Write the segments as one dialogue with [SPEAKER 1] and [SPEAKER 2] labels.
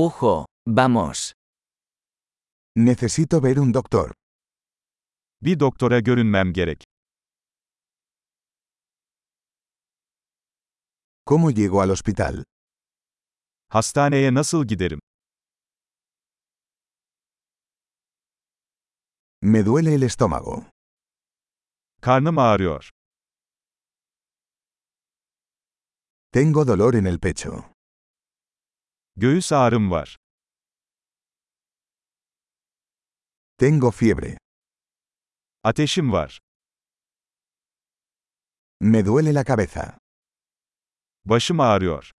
[SPEAKER 1] Ujo, vamos.
[SPEAKER 2] Necesito ver un doctor.
[SPEAKER 3] Bir doktora görünmem gerek.
[SPEAKER 2] ¿Cómo llego al hospital?
[SPEAKER 3] Hastaneye nasıl giderim?
[SPEAKER 2] Me duele el estómago.
[SPEAKER 3] Karnım ağrıyor.
[SPEAKER 2] Tengo dolor en el pecho.
[SPEAKER 3] Göğüs ağrım var.
[SPEAKER 2] Tengo fiebre.
[SPEAKER 3] Ateşim var.
[SPEAKER 2] Me duele la cabeza.
[SPEAKER 3] Başım ağrıyor.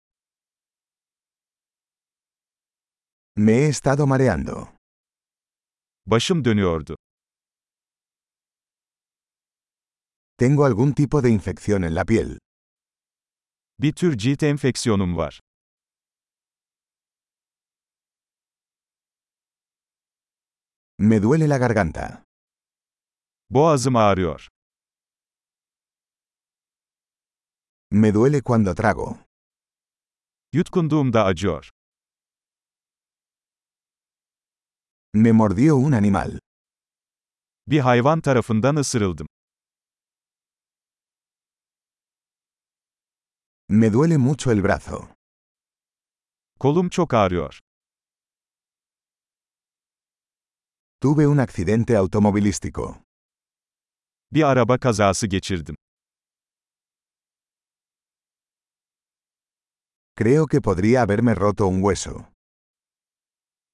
[SPEAKER 2] Me he estado mareando.
[SPEAKER 3] Başım dönüyordu.
[SPEAKER 2] Tengo algún tipo de infección en la piel.
[SPEAKER 3] Bir tür cilt enfeksiyonum var.
[SPEAKER 2] Me duele la garganta.
[SPEAKER 3] Boğazım ağrıyor.
[SPEAKER 2] Me duele cuando trago.
[SPEAKER 3] Yutkunduğumda acıyor.
[SPEAKER 2] Me mordió un animal.
[SPEAKER 3] Bir hayvan tarafından ısırıldım.
[SPEAKER 2] Me duele mucho el brazo.
[SPEAKER 3] Kolum çok ağrıyor.
[SPEAKER 2] Tuve un accidente automovilístico.
[SPEAKER 3] Bir araba kazası geçirdim.
[SPEAKER 2] Creo que podría haberme roto un hueso.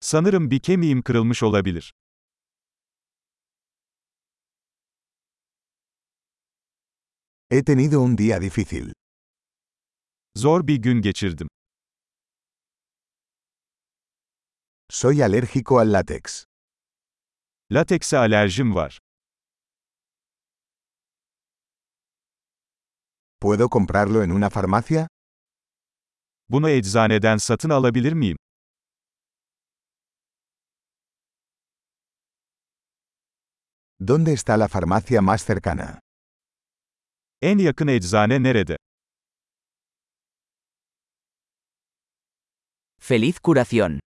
[SPEAKER 3] Sanırım bir kemiğim kırılmış olabilir.
[SPEAKER 2] He tenido un día difícil.
[SPEAKER 3] Zor bir gün geçirdim.
[SPEAKER 2] Soy alérgico al látex.
[SPEAKER 3] Latekse alerjim var.
[SPEAKER 2] ¿Puedo comprarlo en una farmacia?
[SPEAKER 3] Bunu eczaneden satın alabilir miyim?
[SPEAKER 2] ¿Dónde está la farmacia más cercana?
[SPEAKER 3] En yakın eczane nerede?
[SPEAKER 1] Feliz curación.